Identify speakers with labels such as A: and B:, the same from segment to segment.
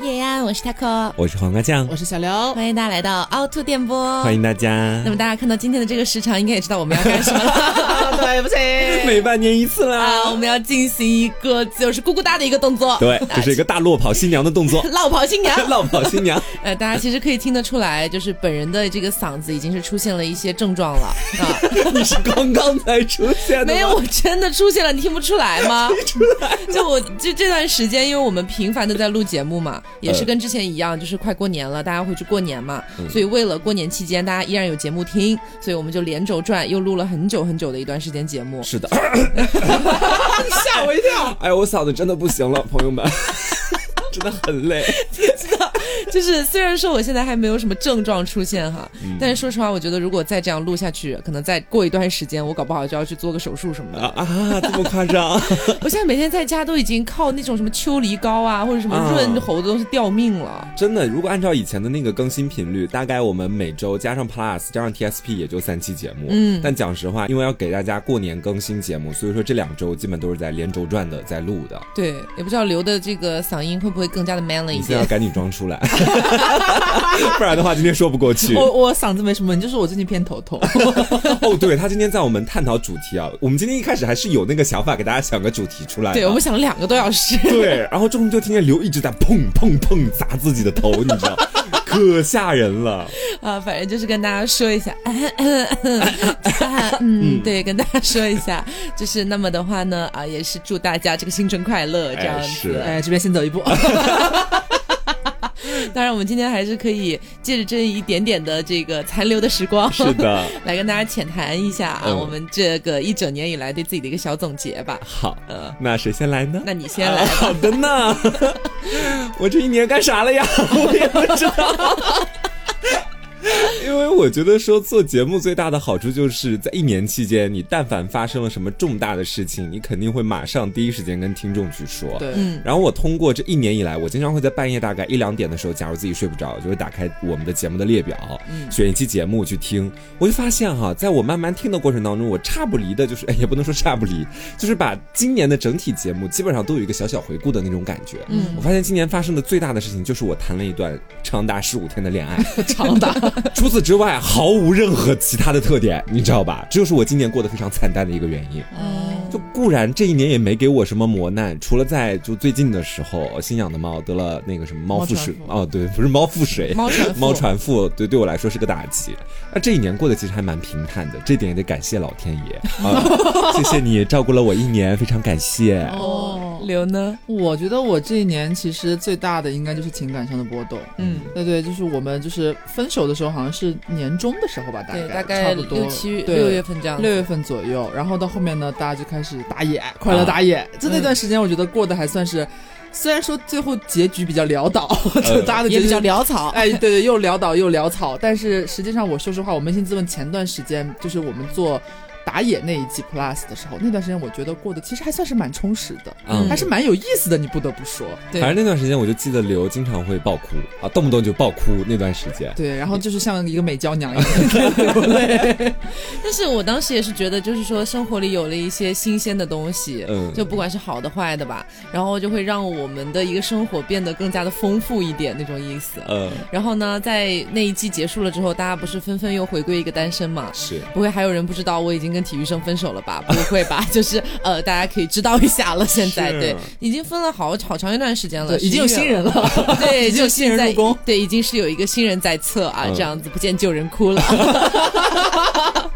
A: 夜安，我是 taco，
B: 我是黄瓜酱，
A: 哦
C: 我是小刘，
A: 欢迎大家来到凹凸电波，
B: 欢迎大家
A: 那。么大家看到今天的这个时长，应该也知道我们要干什么了。
C: 对不起，
B: 每半年一次
A: 啊，我
B: 啦，
A: 们要进行一个就是咕咕哒的一个动作，，
B: 对，这是一个大落跑新娘的动作
A: 落跑新娘。
B: 落跑新娘。
A: 呃，大家其实可以听得出来，就是本人的这个嗓子已经是出现了一些症状 了啊。
B: 你是刚刚才出现的，
A: 没有，，我真的出现了，你听不出来吗？ 就我就这段时间，因为我们频繁的在录节目嘛，也是
B: 嗯
A: 跟之前一样，就是快过年了，大家回去过年嘛，所以为了过年期间大家依然有节目听，所以我们就连轴转，又录了很久很久的一段时间节目。
B: 是的，
C: 吓我一跳。
B: 哎，我嗓子真的不行了，朋友们， 真的很累。
A: 就是虽然说我现在还没有什么症状出现哈，
B: 嗯
A: 但是说实话，我觉得如果再这样录下去，可能再过一段时间，我搞不好就要去做个手术什么的。
B: 啊啊，这么夸张？
A: 我现在每天在家都已经靠那种什么秋梨膏啊，或者什么
B: 啊
A: 润喉的东西吊命了。
B: 真的，如果按照以前的那个更新频率，大概我们每周加上 Plus 加上 TSP 也就三期节目。嗯，但讲实话，因为要给大家过年更新节目，所以说这两周基本都是在连轴转的，在录的。
A: 对，也不知道刘的这个嗓音会不会更加的 man 了一
B: 你现
A: 点
B: 在要。赶紧装出来， 不然的话今天说不过去。
C: 我我嗓子没什么，你就是我最近偏头痛。
B: 哦，对他今天在我们探讨主题啊，我们今天一开始还是有那个想法给大家想个主题出来 的。
A: 对我们想了两个多小时，
B: 对，然后中午就听见刘一直在砰砰砰砸自己的头，你 知道，可吓人了。
A: 啊，反正就是跟大家说一下， 嗯，对，跟大家说一下，就是那么的话呢，啊，也是祝大家这个新春快乐这样
B: 哎
A: 子。
B: 是
C: 哎，这边先走一步。
A: 当然，我们今天还是可以借着这一点点的这个残留的时光，
B: 是的，
A: 来跟大家浅谈一下啊，
B: 嗯
A: 我们这个一整年以来对自己的一个小总结吧。
B: 好，那谁先来呢？
A: 那你先来吧，嗯
B: 好的呢， 我这一年干啥了呀？ 我也不知道。 因为我觉得说做节目最大的好处就是在一年期间，你但凡发生了什么重大的事情，你肯定会马上第一时间跟听众去说。
C: 对，
A: 嗯，
B: 然后我通过这一年以来，我经常会在半夜大概一两点的时候，假如自己睡不着，就会打开我们的节目的列表，
A: 嗯
B: 选一期节目去听。我就发现哈、在我慢慢听的过程当中，我差不离的就是，哎，也不能说差不离，就是把今年的整体节目基本上都有一个小小回顾的那种感觉。
A: 嗯
B: 我发现今年发生的最大的事情就是我谈了一段长达十五天的 恋爱，
A: 长达
B: 除此之外毫无任何其他的特点，你知道吧？这就是我今年过得非常惨淡的一个原因。
A: 嗯
B: 就固然这一年也没给我什么磨难，除了在就最近的时候，新养的猫得了那个什么猫腹水
C: 猫传
B: 哦，对，不是猫腹水，
A: 猫传腹
B: 猫传腹，对对我来说是个打击。那这一年过得其实还蛮平淡的，这点也得感谢老天 爷啊，谢谢你照顾了我一年，非常感谢。
C: 哦，
A: 刘呢？
C: 我觉得我这一年其实最大的应该就是情感上的波动。
A: 嗯，
C: 对对，就是我们就是分手的时候，好像是年中的时候吧，大
A: 对，
C: 概
A: 大概
C: 差不多
A: 六七
C: 对
A: 六月份这样子。
C: 六月份左右，然后到后面呢，大家就开始打
A: 啊
C: 野，快乐打野。就那段时间，我觉得过得还算是，虽然说最后结局比较 潦倒，就大家的结
A: 呃也
C: 局
A: 比较。潦草。
C: 哎，对对，又潦倒又潦草，但是实际上，我说实话，我扪心自问，前段时间就是我们做打野那一季 Plus 的时候，那段时间我觉得过得其实还算是蛮充实的，
B: 嗯
C: 还是蛮有意思的，你不得不说。
A: 对
B: 反正那段时间我就记得刘经常会爆哭啊，动不动就爆哭那段时间。
C: 对，然后就是像一个美娇 娘一样流泪，
A: 但是我当时也是觉得，就是说生活里有了一些新鲜的东西，
B: 嗯
A: 就不管是好的坏的吧，然后就会让我们的一个生活变得更加的丰富一点那种意思。
B: 呃，
A: 然后呢，在那一季结束了之后，大家不是纷纷又回归一个单身嘛？
B: 是。
A: 不会还有人不知道我已经跟体育生分手了吧？不会吧？ 就是呃，大家可以知道一下了。现在
B: 是
A: 对，已经分了好好长一段时间了，
C: 对已经有
A: 11月
C: 新人了。
A: 对，
C: 已经
A: 就
C: 有新人
A: 在
C: 入宫，
A: 对，已经是有一个新人在侧啊，
B: 嗯
A: 这样子不见旧人哭了。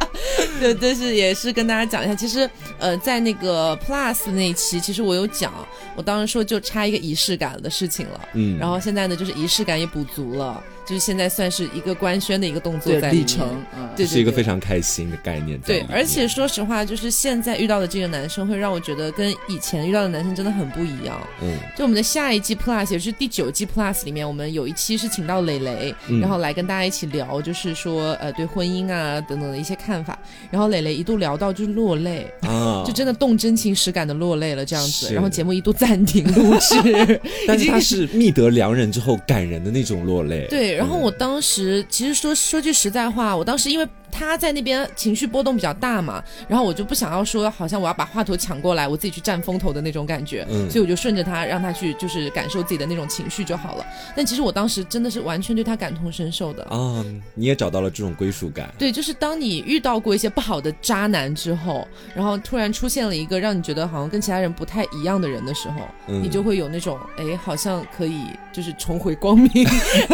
A: 对，就是也是跟大家讲一下，其实呃，在那个 Plus 那一期，其实我有讲，我当时说就差一个仪式感的事情了。
B: 嗯，
A: 然后现在呢，就是仪式感也补足了，就是现在算是一个官宣的一个动作
C: 对
A: 在里
C: 历
A: 面
C: 程，嗯，
A: 对对
B: 是一个
A: 对
B: 非常开心的概念在
A: 对
B: 里面。，
A: 而且说实话，就是现在遇到的这个男生，会让我觉得跟以前遇到的男生真的很不一样。
B: 嗯，
A: 就我们的下一季 Plus 也是第九季 Plus 里面，我们有一期是请到磊磊，
B: 嗯
A: 然后来跟大家一起聊，就是说呃对婚姻啊等等的一些看法。然后磊磊一度聊到就是落泪，
B: 啊，
A: 就真的动真情实感的落泪了这样子。
B: 是
A: 然后节目一度暂停录制，
B: 但
A: 已
B: 是
A: 经
B: 他是觅得良人之后感人的那种落泪。
A: 对。然后我
B: 嗯
A: 当时其实说说句实在话，我当时因为他在那边情绪波动比较大嘛，然后我就不想要说好像我要把话头抢过来，我自己去占风头的那种感觉，
B: 嗯
A: 所以我就顺着他，让他去就是感受自己的那种情绪就好了。但其实我当时真的是完全对他感同身受的。
B: 啊，你也找到了这种归属感。
A: 对，就是当你遇到过一些不好的渣男之后，然后突然出现了一个让你觉得好像跟其他人不太一样的人的时候，
B: 嗯
A: 你就会有那种哎，好像可以就是重回光 明，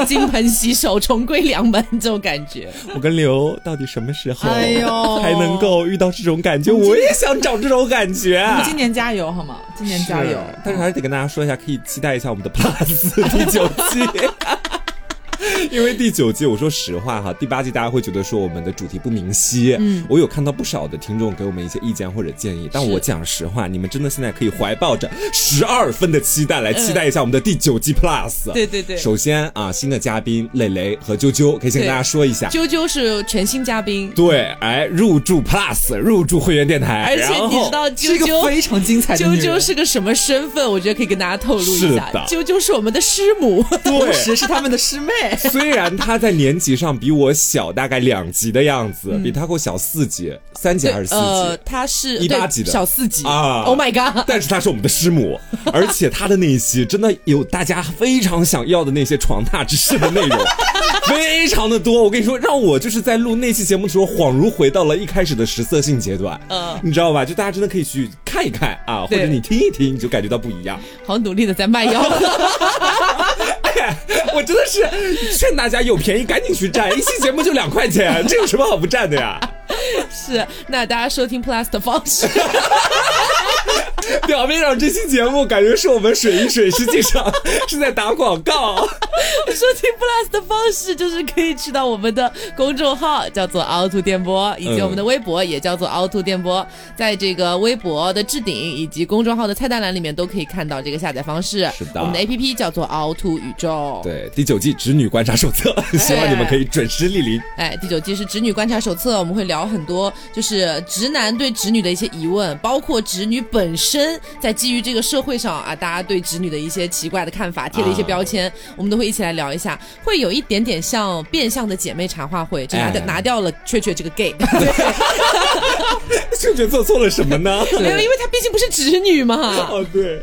A: 金盆洗手，重归良门这种感觉。
B: 我跟刘到底什么时候
C: 哎呦
B: 才哦能够遇到这种感觉？我也想找这种感觉。啊
C: 我们今年加油好吗？今年加油！
B: 是但是还是得跟大家说一下，可以期待一下我们的 Plus 第九季。 因为第九季，我说实话哈，第八季大家会觉得说我们的主题不明晰，嗯，我有看到不少的听众给我们一些意见或者建议，但
A: 是
B: 我讲实话，你们真的现在可以怀抱着十二分的期待来期待一下我们的第九季 Plus。
A: 对对对
B: 首先啊，新的嘉宾蕾蕾和啾啾，可以先跟
A: 对
B: 大家说一下。
A: 啾啾是全新嘉宾，
B: 对，哎，入驻 Plus，入驻会员电台，
A: 而且
B: 然
A: 你知
B: 后
A: 道
C: 是
A: 啾
C: 一个
A: 啾。
C: 非常精彩的
A: 啾
C: 女人
A: 啾是个什么身份？我觉得可以跟大家透露
B: 是
A: 一下
B: 的。
A: 啾啾是我们的师母，
C: 同
B: 对，
C: 时是他们的师 妹。
B: 虽然他在年级上比我小大概两级的样子，比他给我小四级、三级
A: 嗯对
B: 还是四
A: 呃，
B: 级，
A: 她是
B: 18
A: 对
B: 级的
A: 小四级
B: 啊
A: Oh my god！
B: 但是他是我们的师母，而且他的那些真的有大家非常想要的那些床榻之事的内 容，非常的多。我跟你说，让我就是在录那期节目的时候，恍如回到了一开始的食色性阶段，
A: 嗯
B: 你知道吧？就大家真的可以去看一看啊，或者
A: 对
B: 你听一听，你就感觉到不一样。
A: 好努力的在卖药，
B: 我真的是劝大家有便宜赶紧去占，一期节目就两块钱，这有什么好不占的呀？
A: 是。那大家收听 Plus 的方式，
B: 表面上这期节目感觉是我们水一水，实际 上是在打广告。
A: 收听 Plus 的方式就是可以去到我们的公众号，叫做凹凸电波，以及我们
B: 嗯
A: 的微博也叫做凹凸电波，在这个微博的置顶以及公众号的菜单栏里面都可以看到这个下载方式。
B: 是的
A: 我们的 APP 叫做凹凸宇宙。
B: 对，第九季《直女观察手册》，希望你们可以准时莅临。
A: 哎，第九季是《直女观察手册》，我们会聊很多就是直男对直女的一些疑问，包括直女本身在基于这个社会上啊，大家对直女的一些奇怪的看法，贴的一些标签，我们都会一起来聊一下，会有一点点像变相的姐妹茶话会，只拿的、
B: 哎
A: 拿掉了雀雀这个 gay，
B: 秀秀做错了什么呢？
A: 没有，因为她毕竟不是直女嘛。
B: 哦，对。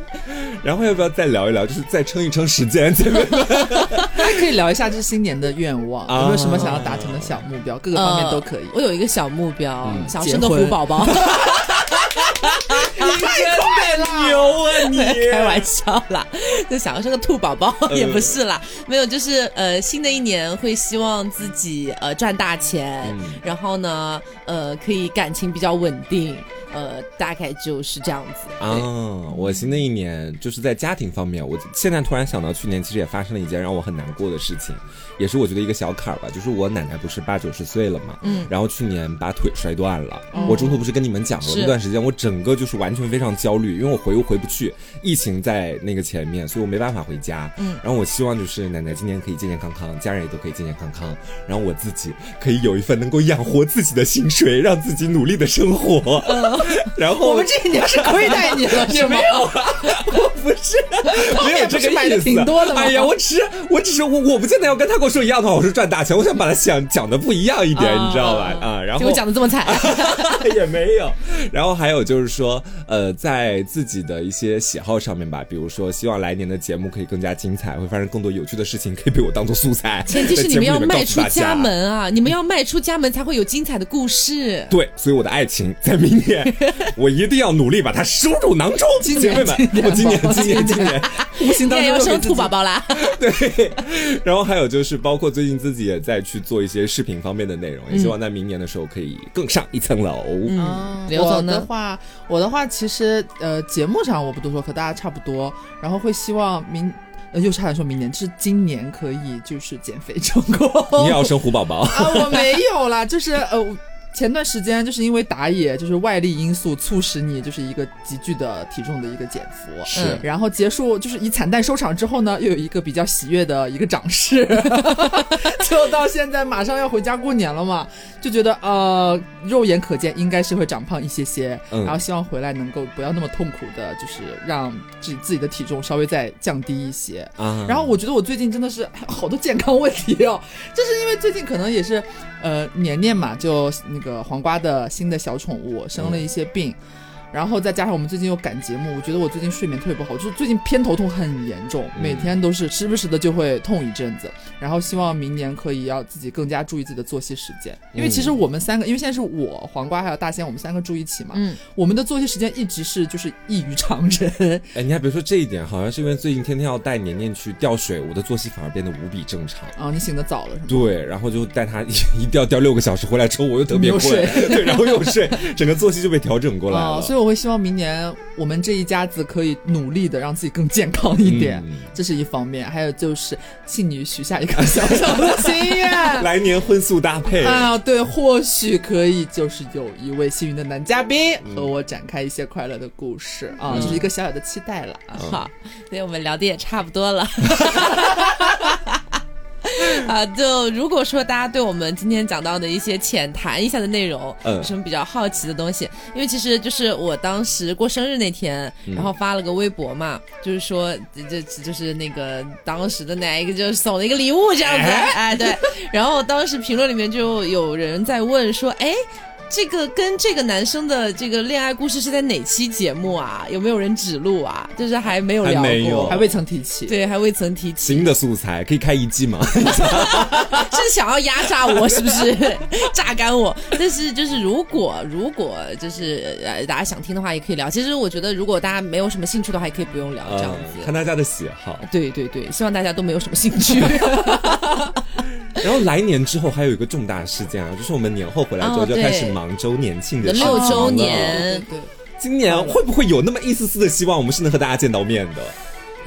B: 然后要不要再聊一聊？就是再撑一撑时间，姐妹们。
C: 大家可以聊一下这新年的愿望，
B: 啊
C: 有没有什么想要达成的小目标？各个方面都可以
A: 呃。
C: 嗯
A: 我有一个小目标，想要
C: 结
A: 生个
C: 婚
A: 虎宝 宝，
B: 太牛啊你！
A: 开玩笑啦，就想要生个兔宝宝
B: 嗯
A: 也不是啦，没有，就是呃，新的一年会希望自己呃赚大钱，
B: 嗯
A: 然后呢，呃，可以感情比较稳定，呃，大概就是这样子。对
B: 啊，我新的一年就是在家庭方面，我现在突然想到去年其实也发生了一件让我很难过的事情，也是我觉得一个小坎儿吧，就是我奶奶不是八九十岁了嘛，嗯，然后去年把腿摔断了，我中途不是跟你们讲过
A: 是
B: 那段时间我整个就是完全非常焦虑，因为我回又回不去，疫情在那个前面，所以我没办法回家，嗯，然后我希望就是奶奶今年可以健健康康，家人也都可以健健康康，然后我自己可以有一份能够养活自己的薪水，让自己努力的生活， 然后
C: 我们这一年是亏待你 了，是吗？
B: 有啊，我不是，
A: 啊
B: 没有这个意思。
C: 买的挺多的吗
B: 哎呀，我只是，我只是，我我不见得要跟他跟我说一样的话，我说赚大钱，我想把他想讲的不一样一点，
A: 啊
B: 你知道吧？啊，然
A: 结
B: 后
A: 果讲的这么 惨，
B: 也没有。然后还有就是说，呃，在自己的一些喜好上面吧，比如说，希望来年的节目可以更加精彩，会发生更多有趣的事情，可以被我当做素材。
A: 前提是
B: 在
A: 你
B: 节
A: 们
B: 目里
A: 要
B: 面
A: 迈
B: 告诉
A: 出
B: 大
A: 家
B: 家。
A: 门啊，你们要迈出家门才会有精彩的故事。
B: 对，所以我的爱情在明年，我一定要努力把它收入囊中。
C: 今
B: 姐
C: 年
B: 妹们
C: 今，年
B: 我今年
C: 宝宝
B: 今年今年
C: 无形当
A: 也
C: 中
A: 要
C: 又
A: 生
C: 给自
A: 兔
C: 己
A: 宝宝 啦！
B: 对， 然后还有就是，包括最近自己也在去做一些视频方面的内容，也希望在明年的时候可以更上一层楼。
C: 嗯
A: 刘
C: 我
A: 总呢
C: 的话，我的话其实呃，节目上我不多说，和大家差不多。然后会希望明，呃、又差点说明年，是今年可以就是减肥成 功。，
B: 你也要生虎宝宝
C: 啊，我没有啦，就是呃。我前段时间就是因为打野，就是外力因素促使你就是一个急剧的体重的一个减幅，
B: 是
C: 然后结束就是以惨淡收场之后呢，又有一个比较喜悦的一个涨势，就到现在马上要回家过年了嘛，就觉得呃肉眼可见应该是会长胖一些些，
B: 嗯
C: 然后希望回来能够不要那么痛苦的，就是让自己自己的体重稍微再降低一些。
B: 啊
C: 然后我觉得我最近真的是哎好多健康问题哦，就是因为最近可能也是，呃，年年嘛，就那个黄瓜的新的小宠物生了一些病，然后再加上我们最近又赶节目，我觉得我最近睡眠特别不好，就是最近偏头痛很严重，
B: 嗯
C: 每天都是时不时的就会痛一阵子。然后希望明年可以要自己更加注意自己的作息时间，因为其实我们三个，因为现在是我黄瓜还有大仙，我们三个住一起嘛，
A: 嗯，
C: 我们的作息时间一直是就是异于常人，
B: 哎，你还别说这一点，好像是因为最近天天要带年年去吊水，我的作息反而变得无比正常。
C: 啊，你醒得早了是吗？
B: 对，然后就带他一一吊吊六个小时，回来之后 我又特别
C: 又
B: 困，
C: 睡
B: 对，然后又睡， 哦整个作息就被调整过来了。
C: 啊，所以我会希望明年我们这一家子可以努力的让自己更健康一点，
B: 嗯。
C: 这是一方面。还有就是替你许下一个小小的心愿
B: 来年荤素搭配，
C: 啊，对，或许可以，就是有一位幸运的男嘉宾
B: 嗯
C: 和我展开一些快乐的故事啊，这是一个小小的期待了啊。
B: 嗯
A: 好，所以我们聊的也差不多 了。啊，就如果说大家对我们今天讲到的一些浅谈一下的内容，
B: 嗯
A: 有什么比较好奇的东西？因为其实就是我当时过生日那天，
B: 嗯
A: 然后发了个微博嘛，就是说这这就是那个当时的哪一个就是送了一个礼物这样子，
B: 哎
A: 哎对，然后当时评论里面就有人在问说，哎。这个跟这个男生的这个恋爱故事是在哪期节目啊？有没有人指路啊？就是还没有聊
B: 还没有
A: 过，
C: 还未曾提起，哦
A: 对，还未曾提起，
B: 新的素材可以开一季吗？
A: 是想要压榨我，是不是 榨干我？但是就是如果如果就是呃大家想听的话也可以聊。其实我觉得如果大家没有什么兴趣的话，也可以不用聊这样
B: 嗯
A: 子。
B: 看大家的喜好。
A: 对对对，希望大家都没有什么兴 趣。
B: 然后来年之后还有一个重大事件啊，就是我们年后回来之后
A: 哦
B: 就要开始
A: 对
B: 忙周年庆的事情
A: 六
B: 了
A: 周
C: 对
A: 年
C: 对对。
B: 今年会不会有那么一丝丝的希望，我们是能和大家见到面的？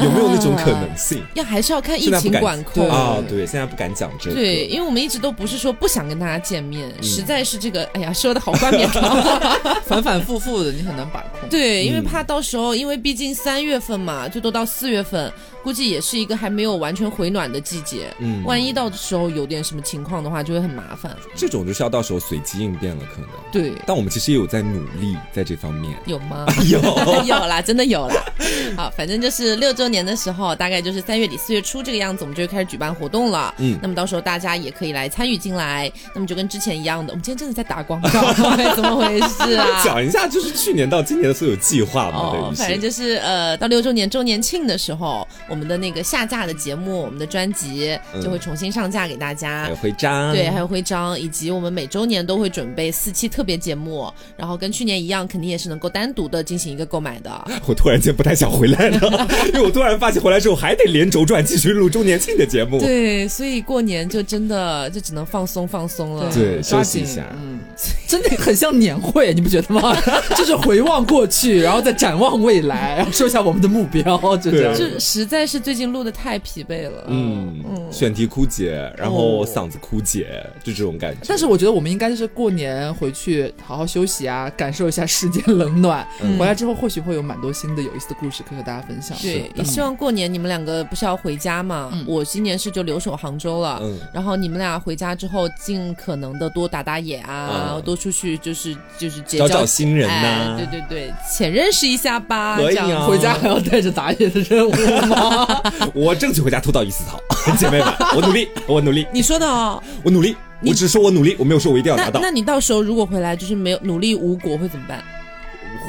B: 有没有那种可能性？
A: 要还是要看啊疫
B: 现在不
A: 情
B: 敢
A: 管控。
B: 啊，对，现在不敢讲这个。
A: 对，因为我们一直都不是说不想跟大家见面，
B: 嗯
A: 实在是这个，哎呀，说的好冠冕堂皇。
C: 反反复复的，你很难把控。
A: 对，因为
B: 嗯
A: 怕到时候，因为毕竟三月份嘛，就都到四月份，估计也是一个还没有完全回暖的季节。
B: 嗯
A: 万一到时候有点什么情况的话，就会很麻烦。
B: 这种就是要到时候随机应变了，可能。
A: 对，
B: 但我们其实也有在努力在这方 面。
A: 有 吗？
B: 有，
A: 有啦，真的有啦。 好，反正就是六周年的时候，大概就是三月底四月初这个样子，我们就会开始举办活动了。
B: 嗯
A: 那么到时候大家也可以来参与进来。那么就跟之前一样的，我们今天真的在打广告， 哎怎么回事啊？
B: 讲一下就是去年到今年的所有计划嘛，
A: 哦
B: 等于，
A: 反正
B: 是。
A: 就是呃，到六周年周年庆的时候，我们的那个下架的节目，我们的专辑
B: 嗯
A: 就会重新上架给大家
B: 还有。徽章，
A: 对，还有徽章，以及我们每周年都会准备四期特别节目，然后跟去年一样，肯定也是能够单独的进行一个购买 的。
B: 我突然间不太想回来了， 因为我突然发现回来之后还得连轴转，继续录周年庆的节目。
A: 对，所以过年就真的就只能放松放松了。
B: 对
C: 抓
B: 休息一
C: 紧
B: 下
C: 嗯， 真的很像年会， 你不觉得吗？就是回望过去，然后再展望未来， 然后说一下我们的目标， 就这样。
B: 对
A: 就实在是最近录的太疲惫了。
B: 嗯，选题枯竭，然后
A: 哦
B: 嗓子枯竭，就这种感觉。
C: 但是我觉得我们应该就是过年回去好好休息啊，感受一下世间冷暖。
B: 嗯
C: 回来之后或许会有蛮多新的有意思的故事可以和大家分享。
A: 对，也希望过年你们两个不是要回家嘛？我今年是就留守杭州了，
B: 嗯
A: 然后你们俩回家之后，尽可能的多打打野啊，
B: 嗯
A: 多出去就是就是结
B: 找
A: 交
B: 找新人
A: 哎
B: 呐
A: 对对对，浅认识一下吧，
B: 可
A: 这
B: 以
A: 样
B: 啊
A: 子
C: 回家还要带着打野的任务吗？
B: 我争取回家偷到一丝桃， 姐妹们，我努力，我努力，
A: 你说的哦，
B: 我努力，我只说我努力，我没有说我一定要
A: 那
B: 拿啊到
A: 那，你到时候如果回来就是没有努力无果会怎么办？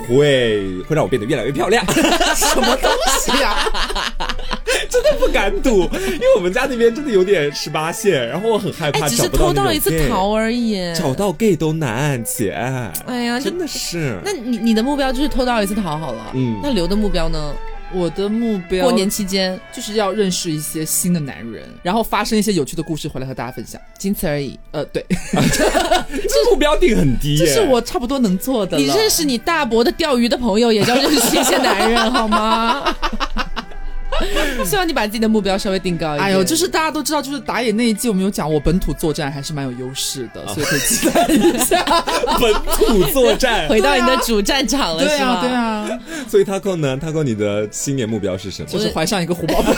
B: 会会让我变得越来越漂 亮。
C: 什么东西啊呀、
B: 真的不敢 赌，因为我们家那边真的有点十八线，然后我很害
A: 哎，
B: 怕
A: 只
B: 找
A: 是
B: 不到
A: 偷
B: 那
A: 到
B: 种
A: 了一次
B: gay
A: 桃而已。
B: 找到 gay 都难，姐。
A: 哎呀，就
B: 真的是。
A: 那你你的目标就是偷到一次桃好了。
B: 嗯
A: 那刘的目标呢？
C: 我的目标
A: 过年期间
C: 就是要认识一些新的男人，然后发生一些有趣的故事回来和大家分享。
A: 仅此而已。
C: 呃，对，
B: 这目标定很低耶，
C: 这是我差不多能做的了。
A: 你认识你大伯的钓鱼的朋友，也叫认识一些男人，好 吗？希望你把自己的目标稍微定高一点。
C: 哎呦，就是大家都知道，就是打野那一季我们有讲，我本土作战还是蛮有优势的，所以可以期待一下。
B: 本土作 战。
A: 回到你的主战场了，
C: 对
A: 是
C: 啊，
A: 吧？
C: 对。啊，
B: 所以 Taco 呢？Taco 你的新年目标是什么？
C: 就是怀上一个虎宝宝，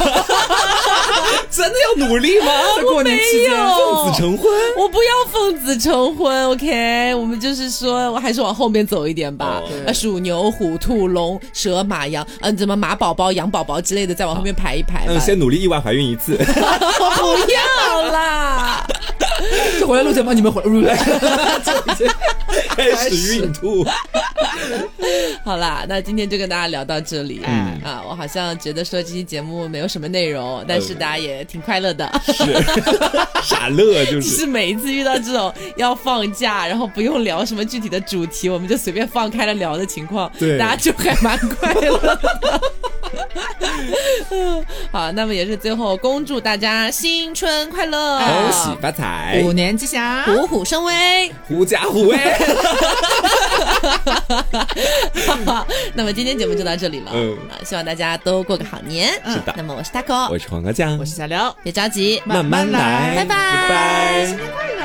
B: 真的要努力吗？
C: 在过年期间
A: 没有
B: 奉子成婚。
A: 哎我不要奉子成婚，OK？我们就是说，我还是往后面走一点吧
B: 哦。
A: 啊，鼠、牛、虎、兔、龙、蛇、马、羊，嗯、怎么马宝宝、羊宝宝之类的，再往后面
B: 呃
A: 排一排吧。
B: 嗯，先努力意外怀孕一次，
A: 我不要啦！
C: 这回来录节目，啊你们回来，
B: 开始孕吐。
A: 好啦，那今天就跟大家聊到这里。啊，我好像觉得说这期节目没有什么内容，但是大家也挺快乐的。
B: 是傻乐
A: 只
B: 就是
A: 是每一次遇到这种要放假，然后不用聊什么具体的主题，我们就随便放开了聊的情况，
B: 对
A: 大家就还蛮快乐的。好，那么也是最后恭祝大家新春快乐，
B: 恭喜发财，
C: 五年吉祥，
A: 虎虎生 威。
B: 狐假虎威。
A: 那么今天节目就到这里了，
B: 嗯
A: 啊，希望大家都过个好年。
B: 是的
A: 那么我是 taco，
B: 我是黄瓜酱
C: 我，是小刘，
A: 别着急，
B: 慢慢
C: 慢慢
B: 来，
C: 来
A: 拜拜
B: 拜拜。
C: 快乐。